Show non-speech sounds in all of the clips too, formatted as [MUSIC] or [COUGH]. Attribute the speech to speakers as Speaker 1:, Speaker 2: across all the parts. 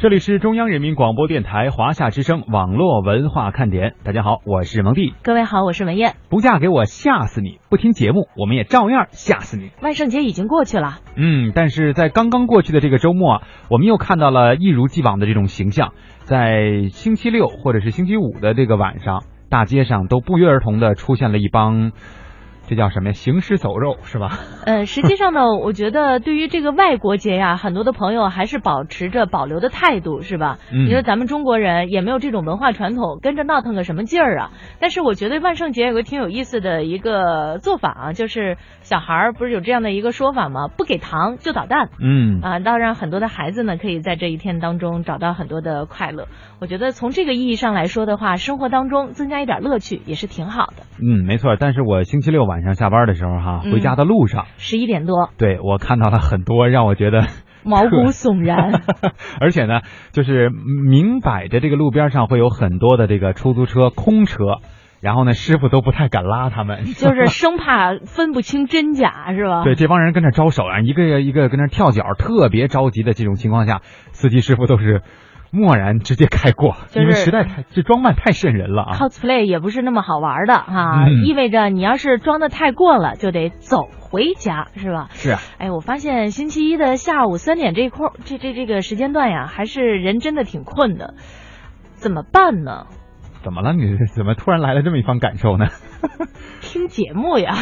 Speaker 1: 这里是中央人民广播电台华夏之声网络文化看点。大家好，我是蒙蒂。
Speaker 2: 各位好，我是文燕。
Speaker 1: 不嫁给我吓死你！不听节目，我们也照样吓死你。
Speaker 2: 万圣节已经过去了，
Speaker 1: 嗯，但是在刚刚过去的这个周末啊，我们又看到了一如既往的这种形象，在星期六或者是星期五的这个晚上，大街上都不约而同的出现了一帮，这叫什么呀？行尸走肉是吧？
Speaker 2: 呃，实际 [LAUGHS] 上呢，我觉得对于这个外国节呀，很多的朋友还是保持着保留的态度，是吧？
Speaker 1: 嗯
Speaker 2: 你说咱们中国人也没有这种文化传统，跟着闹腾个什么劲儿啊？但是我觉得万圣节有个挺有意思的一个做法啊，就是小孩儿不是有这样的一个说法吗？不给糖就捣蛋。
Speaker 1: 嗯，
Speaker 2: 啊，倒让很多的孩子呢，可以在这一天当中找到很多的快乐。我觉得从这个意义上来说的话，生活当中增加一点乐趣也是挺好的。
Speaker 1: 嗯，没错。但是我星期六晚上下班的时候哈、
Speaker 2: 嗯
Speaker 1: 回家的路上，
Speaker 2: 十一点多，
Speaker 1: 对我看到了很多让我觉得，
Speaker 2: 毛骨悚
Speaker 1: [LAUGHS]
Speaker 2: 然。
Speaker 1: 而且呢，就是明摆着这个路边上会有很多的这个出租车、空车，然后呢，师傅都不太敢拉他们。
Speaker 2: [LAUGHS] 就是啊生怕分不清真假，是
Speaker 1: [LAUGHS]
Speaker 2: 吧？
Speaker 1: 对，这帮人跟那招手啊，一个一个跟那跳脚，特别着急的这种情况下，司机师傅都是默然直接开过，
Speaker 2: 就是
Speaker 1: 因为实在太这装扮太瘆人了啊。
Speaker 2: ，cosplay 也不是那么好玩的哈、
Speaker 1: 嗯
Speaker 2: 意味着你要是装的太过了，就得走回家，是吧？
Speaker 1: 是啊，
Speaker 2: 哎，我发现星期一的下午三点这一块儿，这这这个时间段呀，还是人真的挺困的，怎么办呢？
Speaker 1: 怎么了？你 [LAUGHS] 怎么突然来了这么一番感受呢？ [LAUGHS]
Speaker 2: 听节目呀，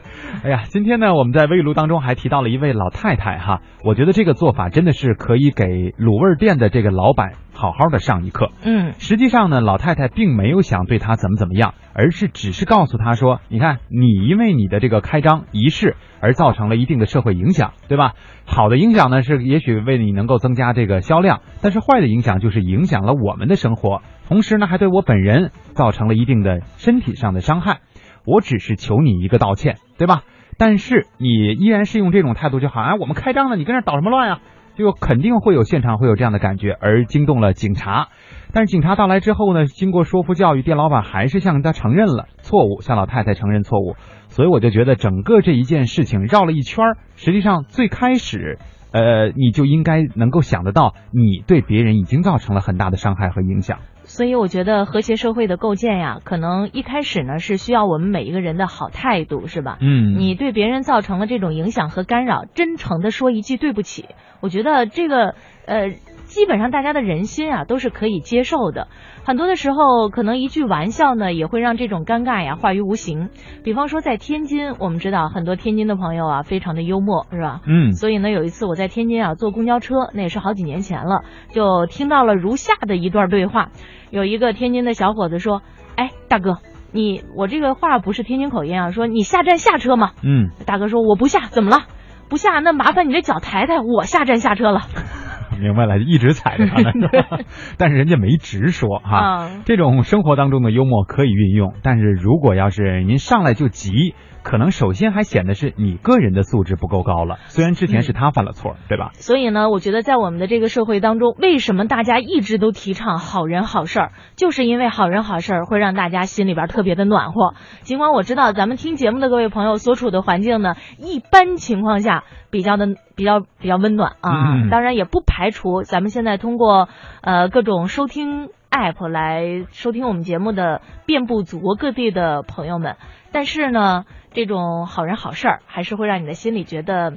Speaker 2: [LAUGHS]
Speaker 1: 哎呀，今天呢，我们在微炉当中还提到了一位老太太哈，我觉得这个做法真的是可以给卤味店的这个老板好好的上一课。
Speaker 2: 嗯，
Speaker 1: 实际上呢，老太太并没有想对他怎么怎么样，而是只是告诉他说：“你看，你因为你的这个开张仪式而造成了一定的社会影响，对吧？好的影响呢是也许为你能够增加这个销量，但是坏的影响就是影响了我们的生活，同时呢还对我本人造成了一定的身体上的伤害。我只是求你一个道歉，对吧？但是你依然是用这种态度，就好像、啊我们开张了，你跟那儿捣什么乱呀、就肯定会有现场会有这样的感觉，而惊动了警察。但是警察到来之后呢，经过说服教育，店老板还是向他承认了错误，向老太太承认错误。所以我就觉得整个这一件事情绕了一圈儿，实际上最开始，呃，你就应该能够想得到，你对别人已经造成了很大的伤害和影响。
Speaker 2: 所以我觉得和谐社会的构建呀，可能一开始呢是需要我们每一个人的好态度，是吧？
Speaker 1: 嗯
Speaker 2: 你对别人造成了这种影响和干扰，真诚的说一句对不起，我觉得这个呃，基本上大家的人心啊都是可以接受的。很多的时候，可能一句玩笑呢，也会让这种尴尬呀化于无形。比方说在天津，我们知道很多天津的朋友啊，非常的幽默，是吧？
Speaker 1: 嗯
Speaker 2: 所以呢，有一次我在天津啊坐公交车，那也是好几年前了，就听到了如下的一段对话。有一个天津的小伙子说：“哎，大哥，你我这个话不是天津口音啊，说你下站下车吗
Speaker 1: 嗯，？”
Speaker 2: 大哥说：“我不下，怎么了？不下，那麻烦你这脚抬抬，我下站下车了。
Speaker 1: 明白了，一直踩着他呢，是吧但是人家没直说哈、
Speaker 2: 啊
Speaker 1: 这种生活当中的幽默可以运用，但是如果要是您上来就急，可能首先还显得是你个人的素质不够高了。虽然之前是他犯了错，对吧？
Speaker 2: 所以呢，我觉得在我们的这个社会当中，为什么大家一直都提倡好人好事儿，就是因为好人好事儿会让大家心里边特别的暖和。尽管我知道咱们听节目的各位朋友所处的环境呢，一般情况下比较的比较比较温暖啊，
Speaker 1: 嗯
Speaker 2: 当然也不排除咱们现在通过呃各种收听 app 来收听我们节目的遍布祖国各地的朋友们，但是呢，这种好人好事儿还是会让你的心里觉得。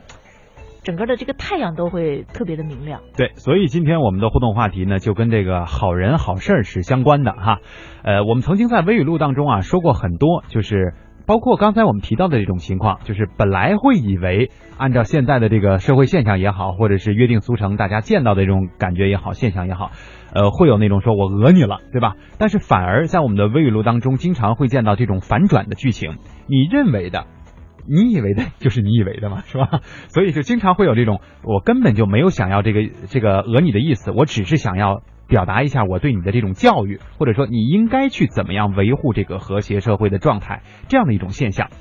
Speaker 2: 整个的这个太阳都会特别的明亮。
Speaker 1: 对，所以今天我们的互动话题呢，就跟这个好人好事儿是相关的哈。呃，我们曾经在微语录当中啊说过很多，就是包括刚才我们提到的这种情况，就是本来会以为按照现在的这个社会现象也好，或者是约定俗成大家见到的这种感觉也好，现象也好，呃，会有那种说我讹你了，对吧？但是反而在我们的微语录当中，经常会见到这种反转的剧情，你认为的。你以为的就是你以为的嘛，是吧？ [LAUGHS] 所以就经常会有这种，我根本就没有想要这个这个讹你的意思，我只是想要表达一下我对你的这种教育，或者说你应该去怎么样维护这个和谐社会的状态这样的一种现象。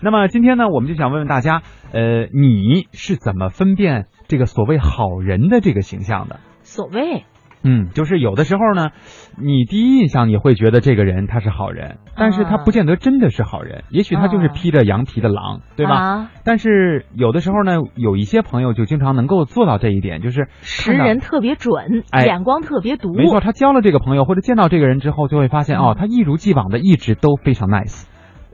Speaker 1: 那么今天呢，我们就想问问大家，呃，你是怎么分辨这个所谓好人的这个形象的？
Speaker 2: 所谓
Speaker 1: 嗯，就是有的时候呢，你第一印象你会觉得这个人他是好人，但是他
Speaker 2: 啊
Speaker 1: 不见得真的是好人，也许他就是披着羊皮的狼，对吧？
Speaker 2: 啊
Speaker 1: 但是有的时候呢，有一些朋友就经常能够做到这一点，就是
Speaker 2: 识
Speaker 1: 看到
Speaker 2: 人特别准，
Speaker 1: 哎
Speaker 2: 眼光特别毒。
Speaker 1: 没错，他交了这个朋友或者见到这个人之后，就会发
Speaker 2: 嗯
Speaker 1: 现哦，他一如既往的一直都非常 nice。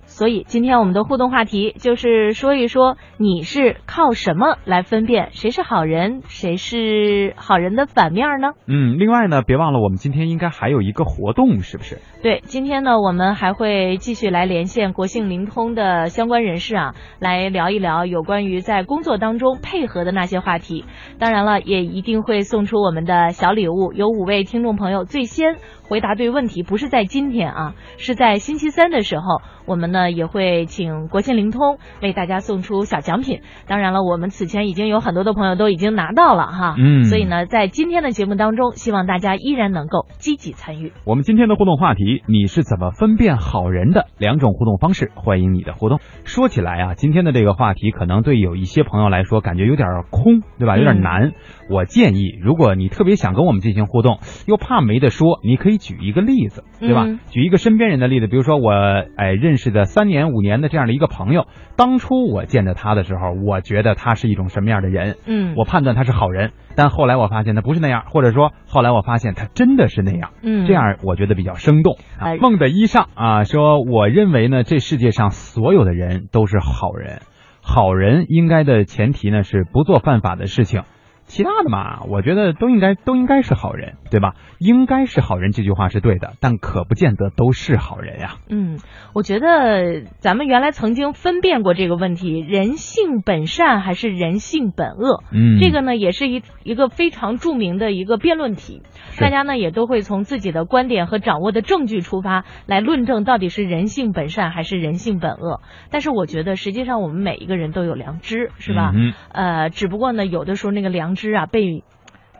Speaker 2: 所以今天我们的互动话题就是说一说你是靠什么来分辨谁是好人，谁是好人的反面呢？
Speaker 1: 嗯，另外呢，别忘了我们今天应该还有一个活动，是不是？
Speaker 2: 对，今天呢，我们还会继续来连线国信灵通的相关人士啊，来聊一聊有关于在工作当中配合的那些话题。当然了，也一定会送出我们的小礼物，有五位听众朋友最先回答对问题，不是在今天啊， [LAUGHS] 是在星期三的时候，我们呢也会请国信灵通为大家送出小奖品。当然了，我们此前已经有很多的朋友都已经拿到了哈，
Speaker 1: 嗯
Speaker 2: 所以呢，在今天的节目当中，希望大家依然能够积极参与。
Speaker 1: 我们今天的互动话题，你是怎么分辨好人的两种互动方式？欢迎你的互动。说起来啊，今天的这个话题可能对有一些朋友来说感觉有点空，对
Speaker 2: 嗯
Speaker 1: 吧？有点难。我建议，如果你特别想跟我们进行互动，又怕没得说，你可以举一个例子，对吧？
Speaker 2: 嗯
Speaker 1: 举一个身边人的例子，比如说我哎认识的三年五年的这样的一个朋友，当初我见着他的时候，我觉得他是一种什么样的人？
Speaker 2: 嗯，
Speaker 1: 我判断他是好人，但后来我发现他不是那样，或者说后来我发现他真的是那样。
Speaker 2: 嗯，
Speaker 1: 这样我觉得比较生动。啊
Speaker 2: 哎
Speaker 1: 梦的衣裳啊，说我认为呢，这世界上所有的人都是好人，好人应该的前提呢是不做犯法的事情。其他的嘛，我觉得都应该都应该是好人，对吧？应该是好人这句话是对的，但可不见得都是好人呀、
Speaker 2: 嗯，我觉得咱们原来曾经分辨过这个问题：人性本善还是人性本恶？
Speaker 1: 嗯，
Speaker 2: 这个呢，也是一一个非常著名的一个辩论题。
Speaker 1: 是
Speaker 2: 大家呢也都会从自己的观点和掌握的证据出发，来论证到底是人性本善还是人性本恶。但是我觉得，实际上我们每一个人都有良知，是吧？
Speaker 1: 嗯
Speaker 2: 呃，只不过呢，有的时候那个良知啊被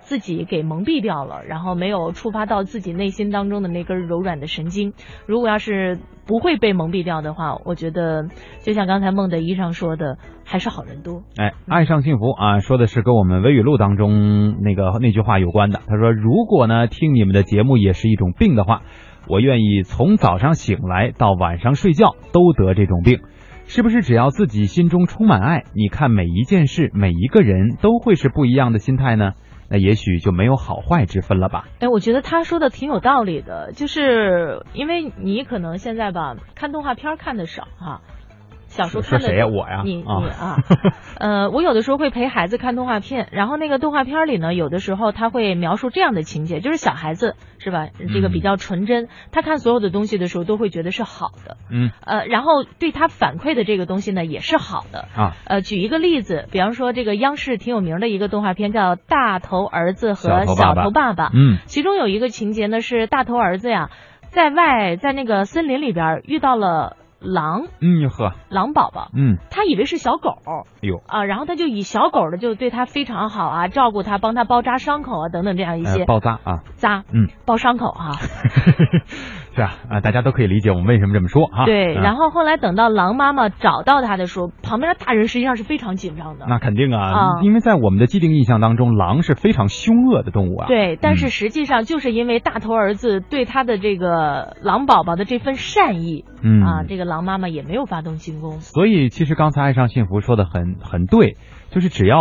Speaker 2: 自己给蒙蔽掉了，然后没有触发到自己内心当中的那根柔软的神经。如果要是不会被蒙蔽掉的话，我觉得就像刚才梦的衣裳说的，还是好人多。
Speaker 1: 哎，爱上幸福啊，说的是跟我们微语录当中那个那句话有关的。他说，如果呢听你们的节目也是一种病的话，我愿意从早上醒来到晚上睡觉都得这种病。是不是只要自己心中充满爱，你看每一件事、每一个人都会是不一样的心态呢？那也许就没有好坏之分了吧？
Speaker 2: 哎，我觉得他说的挺有道理的，就是因为你可能现在吧看动画片儿看的少哈、小时候
Speaker 1: 说
Speaker 2: 看的
Speaker 1: 谁呀、我呀？
Speaker 2: 你你
Speaker 1: 啊， [LAUGHS]
Speaker 2: 啊，呃，我有的时候会陪孩子看动画片，然后那个动画片里呢，有的时候他会描述这样的情节，就是小孩子是吧？这
Speaker 1: 嗯
Speaker 2: 个比较纯真，他看所有的东西的时候都会觉得是好的，
Speaker 1: 嗯
Speaker 2: 呃，然后对他反馈的这个东西呢也是好的。
Speaker 1: 啊，
Speaker 2: 呃，举一个例子，比方说这个央视挺有名的一个动画片叫《大头儿子和
Speaker 1: 小头
Speaker 2: 小
Speaker 1: 爸爸
Speaker 2: 头爸爸》，
Speaker 1: 嗯
Speaker 2: 其中有一个情节呢是大头儿子呀，在外在那个森林里边儿遇到了狼
Speaker 1: 嗯呵，
Speaker 2: 狼宝宝，
Speaker 1: 嗯，
Speaker 2: 他以为是小狗儿
Speaker 1: 哎呦，
Speaker 2: 啊，然后他就以小狗儿的就对他非常好啊，照顾他，帮他包扎伤口啊等等这样一
Speaker 1: 呃
Speaker 2: 些
Speaker 1: 爆炸啊， [LAUGHS]
Speaker 2: 扎，
Speaker 1: 嗯，
Speaker 2: 包伤口啊哈、
Speaker 1: 是啊啊，大家都可以理解我们为什么这么说啊。
Speaker 2: 对，
Speaker 1: 嗯
Speaker 2: 然后后来等到狼妈妈找到他的时候，旁边的大人实际上是非常紧张的，
Speaker 1: 那肯定啊，
Speaker 2: 啊
Speaker 1: 因为在我们的既定印象当中，狼是非常凶恶的动物啊。，
Speaker 2: 对，但
Speaker 1: 嗯
Speaker 2: 是实际上就是因为大头儿子对他的这个狼宝宝的这份善意、
Speaker 1: 嗯
Speaker 2: 啊，这个狼妈妈也没有发动进攻，
Speaker 1: 所以其实刚才爱上幸福说的很很对，就是只要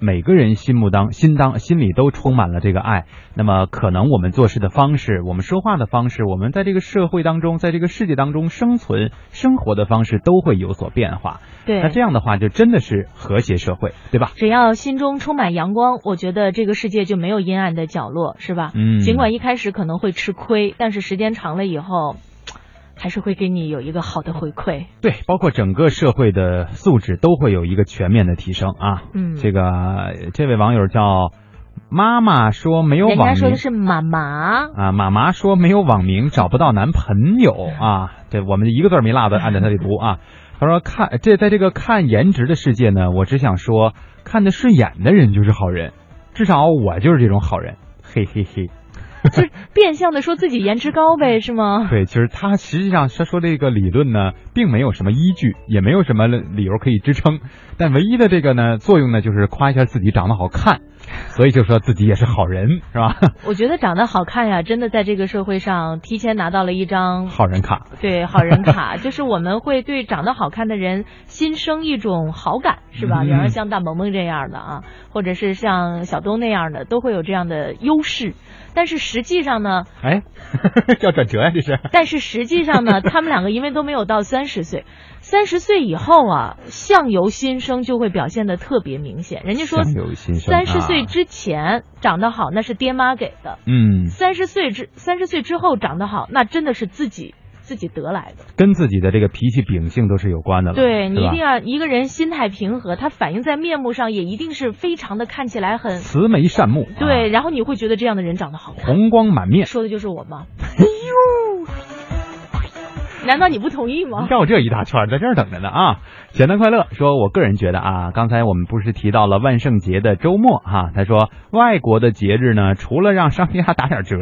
Speaker 1: 每个人心目当心当心里都充满了这个爱，那么可能我们做事的方式、我们说话的方式、我们在这个社会当中、在这个世界当中生存、生活的方式都会有所变化。
Speaker 2: 对，
Speaker 1: 那这样的话，就真的是和谐社会，对吧？
Speaker 2: 只要心中充满阳光，我觉得这个世界就没有阴暗的角落，是吧？
Speaker 1: 嗯
Speaker 2: 尽管一开始可能会吃亏，但是时间长了以后，还是会给你有一个好的回馈。
Speaker 1: 对，包括整个社会的素质都会有一个全面的提升啊。[LAUGHS]
Speaker 2: 嗯，
Speaker 1: 这个呃这位网友叫妈妈说没有
Speaker 2: 人家
Speaker 1: 网
Speaker 2: 说
Speaker 1: 名
Speaker 2: 的是妈妈，
Speaker 1: 啊，妈妈说没有网名找不到男朋友啊，这我们一个字儿没落的按照他的读啊。他说看这在这个看颜值的世界呢，我只想说看得顺眼的人就是好人，至少我就是这种好人，嘿嘿嘿。
Speaker 2: 就是变相的说自己颜值高呗，
Speaker 1: [LAUGHS]
Speaker 2: 是吗？ [LAUGHS]
Speaker 1: 对，其实他实际上他说这个理论呢，并没有什么依据，也 [LAUGHS] 没有什么理由可以支撑。但唯一的这个呢作用呢，就是夸一下自己长得好看。所以就说自己也是好人，是 [LAUGHS] 吧？
Speaker 2: 我觉得长得好看呀，真的在这个社会上提前拿到了一张
Speaker 1: 好人卡，
Speaker 2: 对好
Speaker 1: [LAUGHS]
Speaker 2: 人卡，就是我们会对长得好看的人心生一种好感，是吧？
Speaker 1: 嗯
Speaker 2: 比方说像大萌萌这样的啊，或者是像小东那样的，都会有这样的优势。但是实际上
Speaker 1: [LAUGHS]
Speaker 2: 呢，
Speaker 1: 哎，要转折呀、这是。
Speaker 2: 但是实际
Speaker 1: [LAUGHS]
Speaker 2: 上呢，他们两个因为都没有到三十岁，三十岁以后啊，相由心生就会表现的特别明显。人家说
Speaker 1: 相由心生
Speaker 2: 三十岁
Speaker 1: 啊
Speaker 2: 之前长得好，那是爹妈给的；
Speaker 1: 嗯，
Speaker 2: 三十岁之三十岁之后长得好，那真的是自己自己得来的。
Speaker 1: 跟自己的这个脾气秉性都是有关的了，
Speaker 2: 对你
Speaker 1: 是
Speaker 2: 一
Speaker 1: 吧
Speaker 2: 定要一个人心态平和，他反映在面目上也一定是非常的看起来很
Speaker 1: 慈眉善目，
Speaker 2: 对，
Speaker 1: 啊，
Speaker 2: 然后你会觉得这样的人长得好看。
Speaker 1: 红光满面。
Speaker 2: 说的就是我吗？哎呦，难道你不同意
Speaker 1: [LAUGHS]
Speaker 2: 吗？
Speaker 1: 绕这一大圈儿，在这儿等着呢啊！简单快乐说，我个人觉得啊，刚才我们不是提到了万圣节的周末哈、他说，外国的节日呢，除了让商家打点折，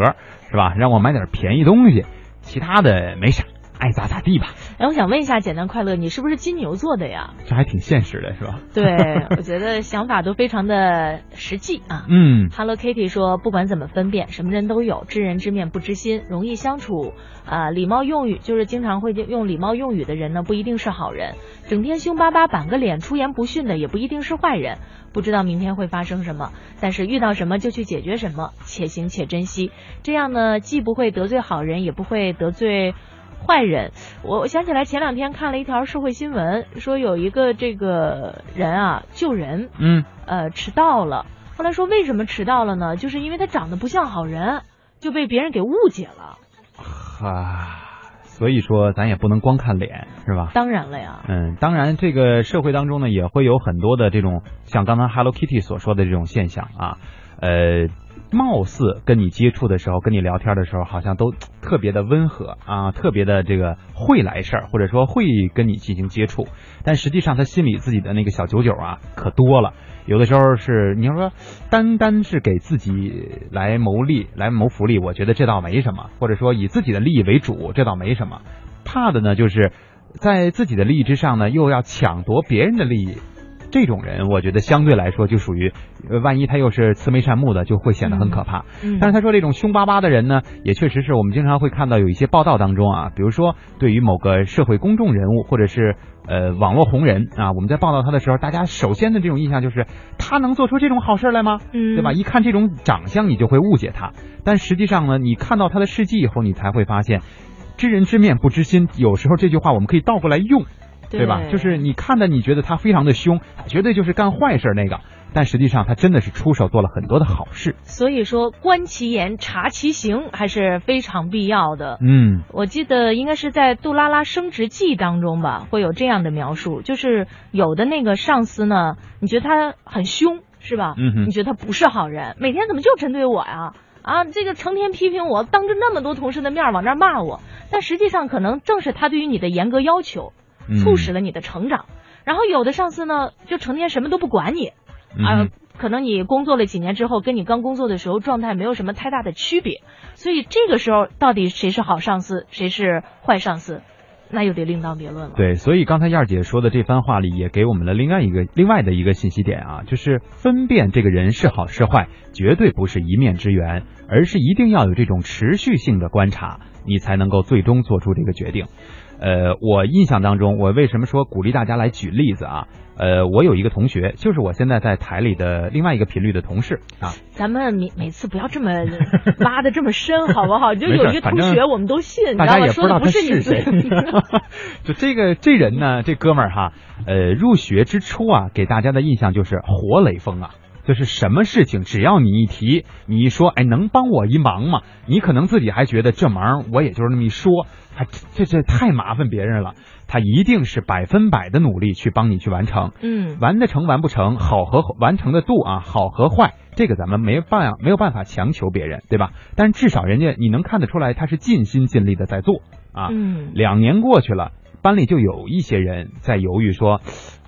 Speaker 1: 是吧？让我买点便宜东西，其他的没啥，爱咋咋地吧。
Speaker 2: 哎，我想问一下，简单快乐，你是不是金牛座的呀？
Speaker 1: 这还挺现实的，是吧？
Speaker 2: 对，我觉得想法都非常的实际啊。
Speaker 1: 嗯，
Speaker 2: Hello Kitty 说，不管怎么分辨，什么人都有，知人知面不知心，容易相处。啊，礼貌用语就是经常会用礼貌用语的人呢，不一定是好人；整天凶巴巴板个脸、出言不逊的，也不一定是坏人。不知道明天会发生什么，但是遇到什么就去解决什么，且行且珍惜。这样呢，既不会得罪好人，也不会得罪。坏人，我我想起来前两天看了一条社会新闻，说有一个这个人啊救人，
Speaker 1: 嗯，
Speaker 2: 呃迟到了。后来说为什么迟到了呢？就是因为他长得不像好人，就被别人给误解了。
Speaker 1: 哈，所以说咱也不能光看脸，是吧？
Speaker 2: 当然了呀，
Speaker 1: 嗯，当然，这个社会当中呢，也会有很多的这种像刚才 Hello Kitty 所说的这种现象啊，呃，貌似跟你接触的时候，跟你聊天的时候，好像都特别的温和啊，特别的这个会来事儿，或者说会跟你进行接触，但实际上他心里自己的那个小九九啊，可多了。有的时候是你要说单单是给自己来谋利、来谋福利，我觉得这倒没什么，或者说以自己的利益为主，这倒没什么。怕的呢，就是在自己的利益之上呢，又要抢夺别人的利益。这种人，我觉得相对来说就属于，呃万一他又是慈眉善目的，就会显得很可怕。
Speaker 2: 嗯
Speaker 1: 但是他说这种凶巴巴的人呢，也确实是我们经常会看到有一些报道当中啊，比如说对于某个社会公众人物或者是呃网络红人啊，我们在报道他的时候，大家首先的这种印象就是他能做出这种好事来吗？
Speaker 2: 嗯，
Speaker 1: 对吧？？一看这种长相，你就会误解他。但实际上呢，你看到他的事迹以后，你才会发现，知人知面不知心。有时候这句话我们可以倒过来用，对吧？就是你看的，你觉得他非常的凶，绝对就是干坏事儿那个。但实际上，他真的是出手做了很多的好事。
Speaker 2: 所以说观其言，察其行，还是非常必要的。
Speaker 1: 嗯，
Speaker 2: 我记得应该是在《杜拉拉升职记》当中吧，会有这样的描述，就是有的那个上司呢，你觉得他很凶是吧？
Speaker 1: 嗯哼
Speaker 2: 你觉得他不是好人，每天怎么就针对我呀？啊，这个成天批评我，当着那么多同事的面儿往那儿骂我，但实际上可能正是他对于你的严格要求，
Speaker 1: 嗯
Speaker 2: 促使了你的成长。然后有的上司呢，就成天什么都不管你，
Speaker 1: 嗯
Speaker 2: 啊、
Speaker 1: 哼
Speaker 2: 可能你工作了几年之后，跟你刚工作的时候状态没有什么太大的区别，所以这个时候到底谁是好上司，谁是坏上司，那又得另当别论了。
Speaker 1: 对，所以刚才燕儿姐说的这番话里，也给我们了另外一个另外的一个信息点啊，就是分辨这个人是好是坏，绝对不是一面之缘，而是一定要有这种持续性的观察，你才能够最终做出这个决定。呃，我印象当中，我为什么说鼓励大家来举例子啊？呃，我有一个同学，就是我现在在台里的另外一个频率的同事啊，
Speaker 2: 咱们每每次不要这么挖的这
Speaker 1: [LAUGHS]
Speaker 2: 么深，好不好？就
Speaker 1: 没事
Speaker 2: 有一个
Speaker 1: 反
Speaker 2: 同
Speaker 1: 正
Speaker 2: 学我们都信，你知
Speaker 1: 大
Speaker 2: 道
Speaker 1: 家
Speaker 2: 吗？
Speaker 1: 也不
Speaker 2: 说
Speaker 1: 知道
Speaker 2: 的不
Speaker 1: 他
Speaker 2: 是你
Speaker 1: 是谁
Speaker 2: 自己。。 [LAUGHS]
Speaker 1: 就这个这人呢，这哥们儿哈，呃，入学之初啊，给大家的印象就是活雷锋啊。就是什么事情，只要你一提，你一说，哎，能帮我一忙吗？你可能自己还觉得这忙，我也就是那么一说，还这这太麻烦别人了。他一定是百分百的努力去帮你去完成。
Speaker 2: 嗯，
Speaker 1: 完得成完不成，好和完成的度啊，好和坏，这个咱们没办没有办法强求别人，对吧？但至少人家你能看得出来，他是尽心尽力的在做啊。
Speaker 2: 嗯
Speaker 1: 两年过去了，班里就有一些人在犹豫说，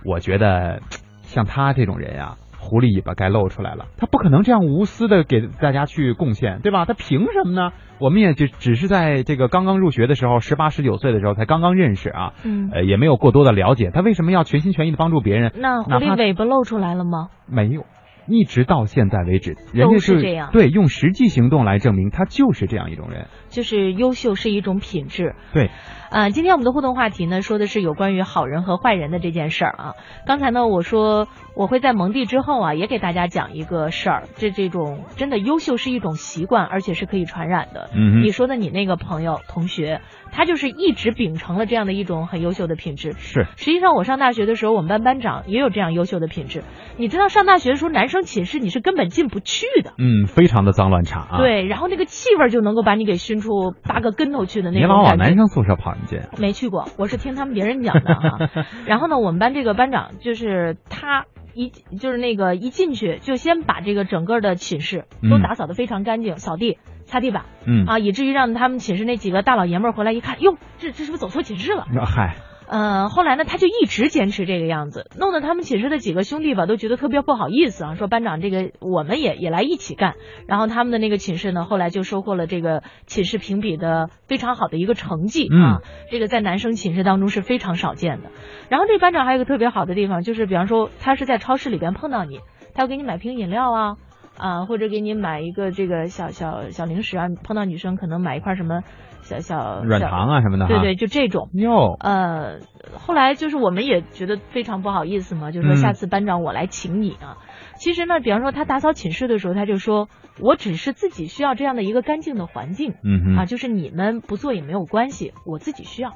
Speaker 1: 我觉得像他这种人啊。狐狸尾巴该露出来了，他不可能这样无私的给大家去贡献，对吧？他凭什么呢？我们也就只是在这个刚刚入学的时候，十八十九岁的时候才刚刚认识啊，
Speaker 2: 嗯，
Speaker 1: 呃，也没有过多的了解，他为什么要全心全意的帮助别人？
Speaker 2: 那狐
Speaker 1: 哪怕
Speaker 2: 狸尾巴露出来了吗？
Speaker 1: 没有，一直到现在为止，人家
Speaker 2: 都
Speaker 1: 是
Speaker 2: 是这样
Speaker 1: 对用实际行动来证明他就是这样一种人。
Speaker 2: 就是优秀是一种品质。
Speaker 1: 对，
Speaker 2: 呃，今天我们的互动话题呢，说的是有关于好人和坏人的这件事儿啊。刚才呢，我说我会在蒙蒂之后啊，也给大家讲一个事儿，这这种真的优秀是一种习惯，而且是可以传染的。
Speaker 1: 嗯
Speaker 2: 你
Speaker 1: 哼，
Speaker 2: 说的你那个朋友同学，他就是一直秉承了这样的一种很优秀的品质。
Speaker 1: 是
Speaker 2: 实际上，我上大学的时候，我们班班长也有这样优秀的品质。你知道，上大学的时候，男生寝室你是根本进不去的。
Speaker 1: 嗯，非常的脏乱差啊。，
Speaker 2: 对，然后那个气味儿就能够把你给熏出八个跟头去的那
Speaker 1: 别
Speaker 2: 种
Speaker 1: 老往
Speaker 2: 感觉。
Speaker 1: 男生宿舍跑，你啊这
Speaker 2: 没去过，我是听他们别人讲的哈。然后呢，我们班这个班长就是他一就是那个一进去就先把这个整个的寝室都
Speaker 1: 嗯
Speaker 2: 打扫得非常干净，扫地、擦地板
Speaker 1: 嗯，
Speaker 2: 啊，以至于让他们寝室那几个大老爷们儿回来一看，哟，这这是不是走错寝室了？
Speaker 1: 嗨，
Speaker 2: 呃，后来呢，他就一直坚持这个样子，弄得他们寝室的几个兄弟吧，都觉得特别不好意思啊，说班长这个我们也也来一起干。然后他们的那个寝室呢，后来就收获了这个寝室评比的非常好的一个成绩、
Speaker 1: 嗯
Speaker 2: 啊，这个在男生寝室当中是非常少见的。然后这班长还有一个特别好的地方，就是比方说他是在超市里边碰到你，他要给你买瓶饮料啊。啊，或者给你买一个这个小小小零食啊，碰到女生可能买一块什么小小
Speaker 1: 软
Speaker 2: 小
Speaker 1: 糖啊什么的哈。
Speaker 2: 嗯对对，就这种。
Speaker 1: 哟，
Speaker 2: 呃，后来就是我们也觉得非常不好意思嘛，就说
Speaker 1: 嗯
Speaker 2: 下次班长我来请你啊。其实呢，比方说他打扫寝室的时候，他就说我只是自己需要这样的一个干净的环境、
Speaker 1: 嗯
Speaker 2: 啊，
Speaker 1: 哼，
Speaker 2: 就是你们不做也没有关系，我自己需要。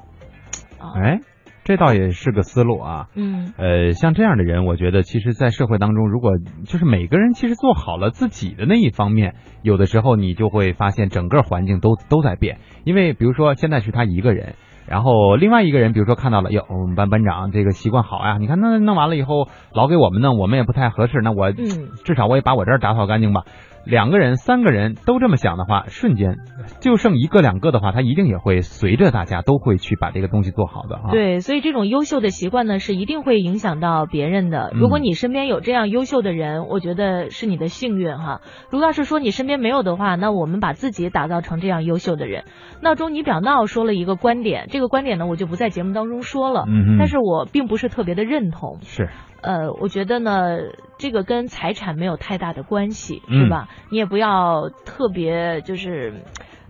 Speaker 2: 啊，
Speaker 1: 哎，这倒也是个思路啊。
Speaker 2: 嗯，
Speaker 1: 呃，像这样的人，我觉得其实，在社会当中，如果就是每个人其实做好了自己的那一方面，有的时候你就会发现整个环境都都在变。因为比如说现在是他一个人，然后另外一个人，比如说看到了，哟，我们班班长这个习惯好啊，你看那弄完了以后老给我们弄，我们也不太合适，那我
Speaker 2: 嗯
Speaker 1: 至少我也把我这儿打扫干净吧。两个人、三个人都这么想的话，瞬间就剩一个两个的话，他一定也会随着大家都会去把这个东西做好的啊。，
Speaker 2: 对，所以这种优秀的习惯呢，是一定会影响到别人的。如果
Speaker 1: 嗯
Speaker 2: 你身边有这样优秀的人，我觉得是你的幸运哈。如果要是说你身边没有的话，那我们把自己打造成这样优秀的人。闹钟你表闹说了一个观点，这个观点呢，我就不在节目当中说了。
Speaker 1: 嗯哼，
Speaker 2: 但是我并不是特别的认同，
Speaker 1: 是。
Speaker 2: 呃，我觉得呢，这个跟财产没有太大的关系，
Speaker 1: 嗯
Speaker 2: 是吧？你也不要特别就是，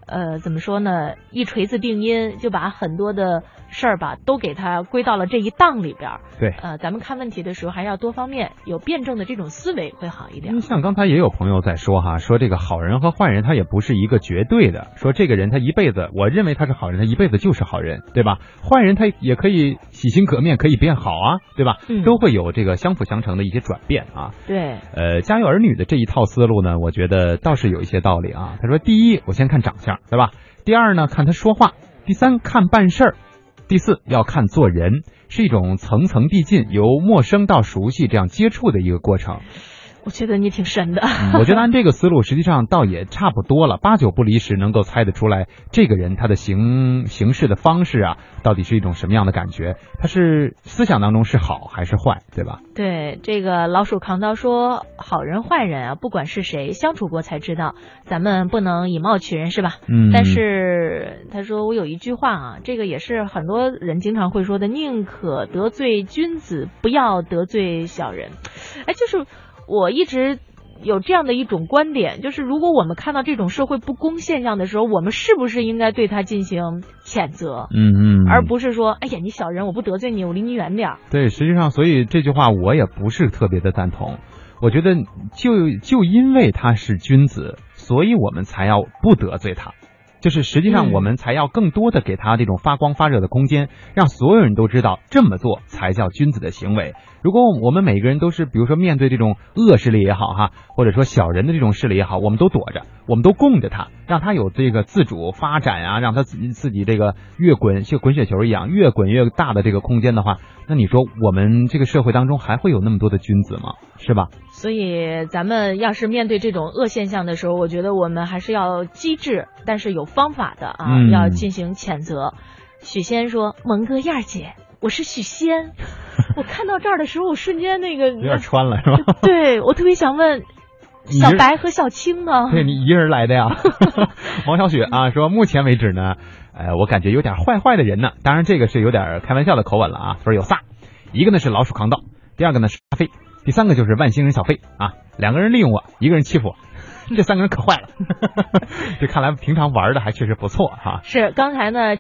Speaker 2: 呃，怎么说呢，一锤子定音就把很多的事儿吧都给它归到了这一档里边儿。
Speaker 1: 对
Speaker 2: 呃，咱们看问题的时候还是要多方面有辩证的这种思维会好一
Speaker 1: 因
Speaker 2: 点
Speaker 1: 为。像刚才也有朋友在说哈，说这个好人和坏人他也不是一个绝对的，说这个人他一辈子，我认为他是好人，他一辈子就是好人，对吧？坏人他也可以洗心革面，可以变好啊，对吧？
Speaker 2: 嗯
Speaker 1: 都会有这个相辅相成的一些转变啊。
Speaker 2: 对，
Speaker 1: 呃，家有儿女的这一套思路呢，我觉得倒是有一些道理啊。他说，第一，我先看长相，对吧？第二呢，看他说话；第三，看办事儿；第四，要看做人，是一种层层递进，由陌生到熟悉这样接触的一个过程。
Speaker 2: 我觉得你挺神的。 [LAUGHS]
Speaker 1: 嗯我觉得按这个思路，实际上倒也差不多了，八九不离十，能够猜得出来这个人他的行行事的方式啊，到底是一种什么样的感觉？他是思想当中是好还是坏，对吧？
Speaker 2: 对，这个老鼠扛刀说，好人坏人啊，不管是谁，相处过才知道，咱们不能以貌取人，是吧？
Speaker 1: 嗯，
Speaker 2: 但是他说我有一句话啊，这个也是很多人经常会说的，宁可得罪君子，不要得罪小人。哎，就是我一直。有这样的一种观点，就是如果我们看到这种社会不公现象的时候，我们是不是应该对他进行谴责，
Speaker 1: 嗯嗯，
Speaker 2: 而不是说，哎呀，你小人，我不得罪你，我离你远点儿。
Speaker 1: 对，实际上，所以这句话我也不是特别的赞同。我觉得就就因为他是君子，所以我们才要不得罪他。就是实际上，
Speaker 2: 嗯
Speaker 1: 我们才要更多的给他这种发光发热的空间，让所有人都知道这么做才叫君子的行为。如果我们每个人都是，比如说面对这种恶势力也好哈，或者说小人的这种势力也好，我们都躲着，我们都供着他，让他有这个自主发展啊，让他自己自己这个越滚像滚雪球一样越滚越大的这个空间的话，那你说我们这个社会当中还会有那么多的君子吗？是吧？
Speaker 2: 所以，咱们要是面对这种恶现象的时候，我觉得我们还是要机智，但是有方法的啊，
Speaker 1: 嗯
Speaker 2: 要进行谴责。许仙说：“蒙哥、燕儿姐，我是
Speaker 1: [LAUGHS]
Speaker 2: 许仙。我看到这儿的时候，我瞬间那个，
Speaker 1: 穿了是吧？
Speaker 2: [LAUGHS] 对我特别想问，
Speaker 1: 你
Speaker 2: 小
Speaker 1: 是
Speaker 2: 白和小青呢？
Speaker 1: [LAUGHS] 对你一人来的呀， [LAUGHS] 王小雪啊，说目前为止呢，呃，我感觉有点坏坏的人呢，当然这个是有点开玩笑的口吻了啊。他说有仨，一个呢是老鼠扛盗，第二个呢是阿飞，第三个就是外星人小费啊，两个人利用我，一个人欺负我， [LAUGHS] 这三个人可坏了。这看来平常玩的还确实不错哈、
Speaker 2: 是刚才呢，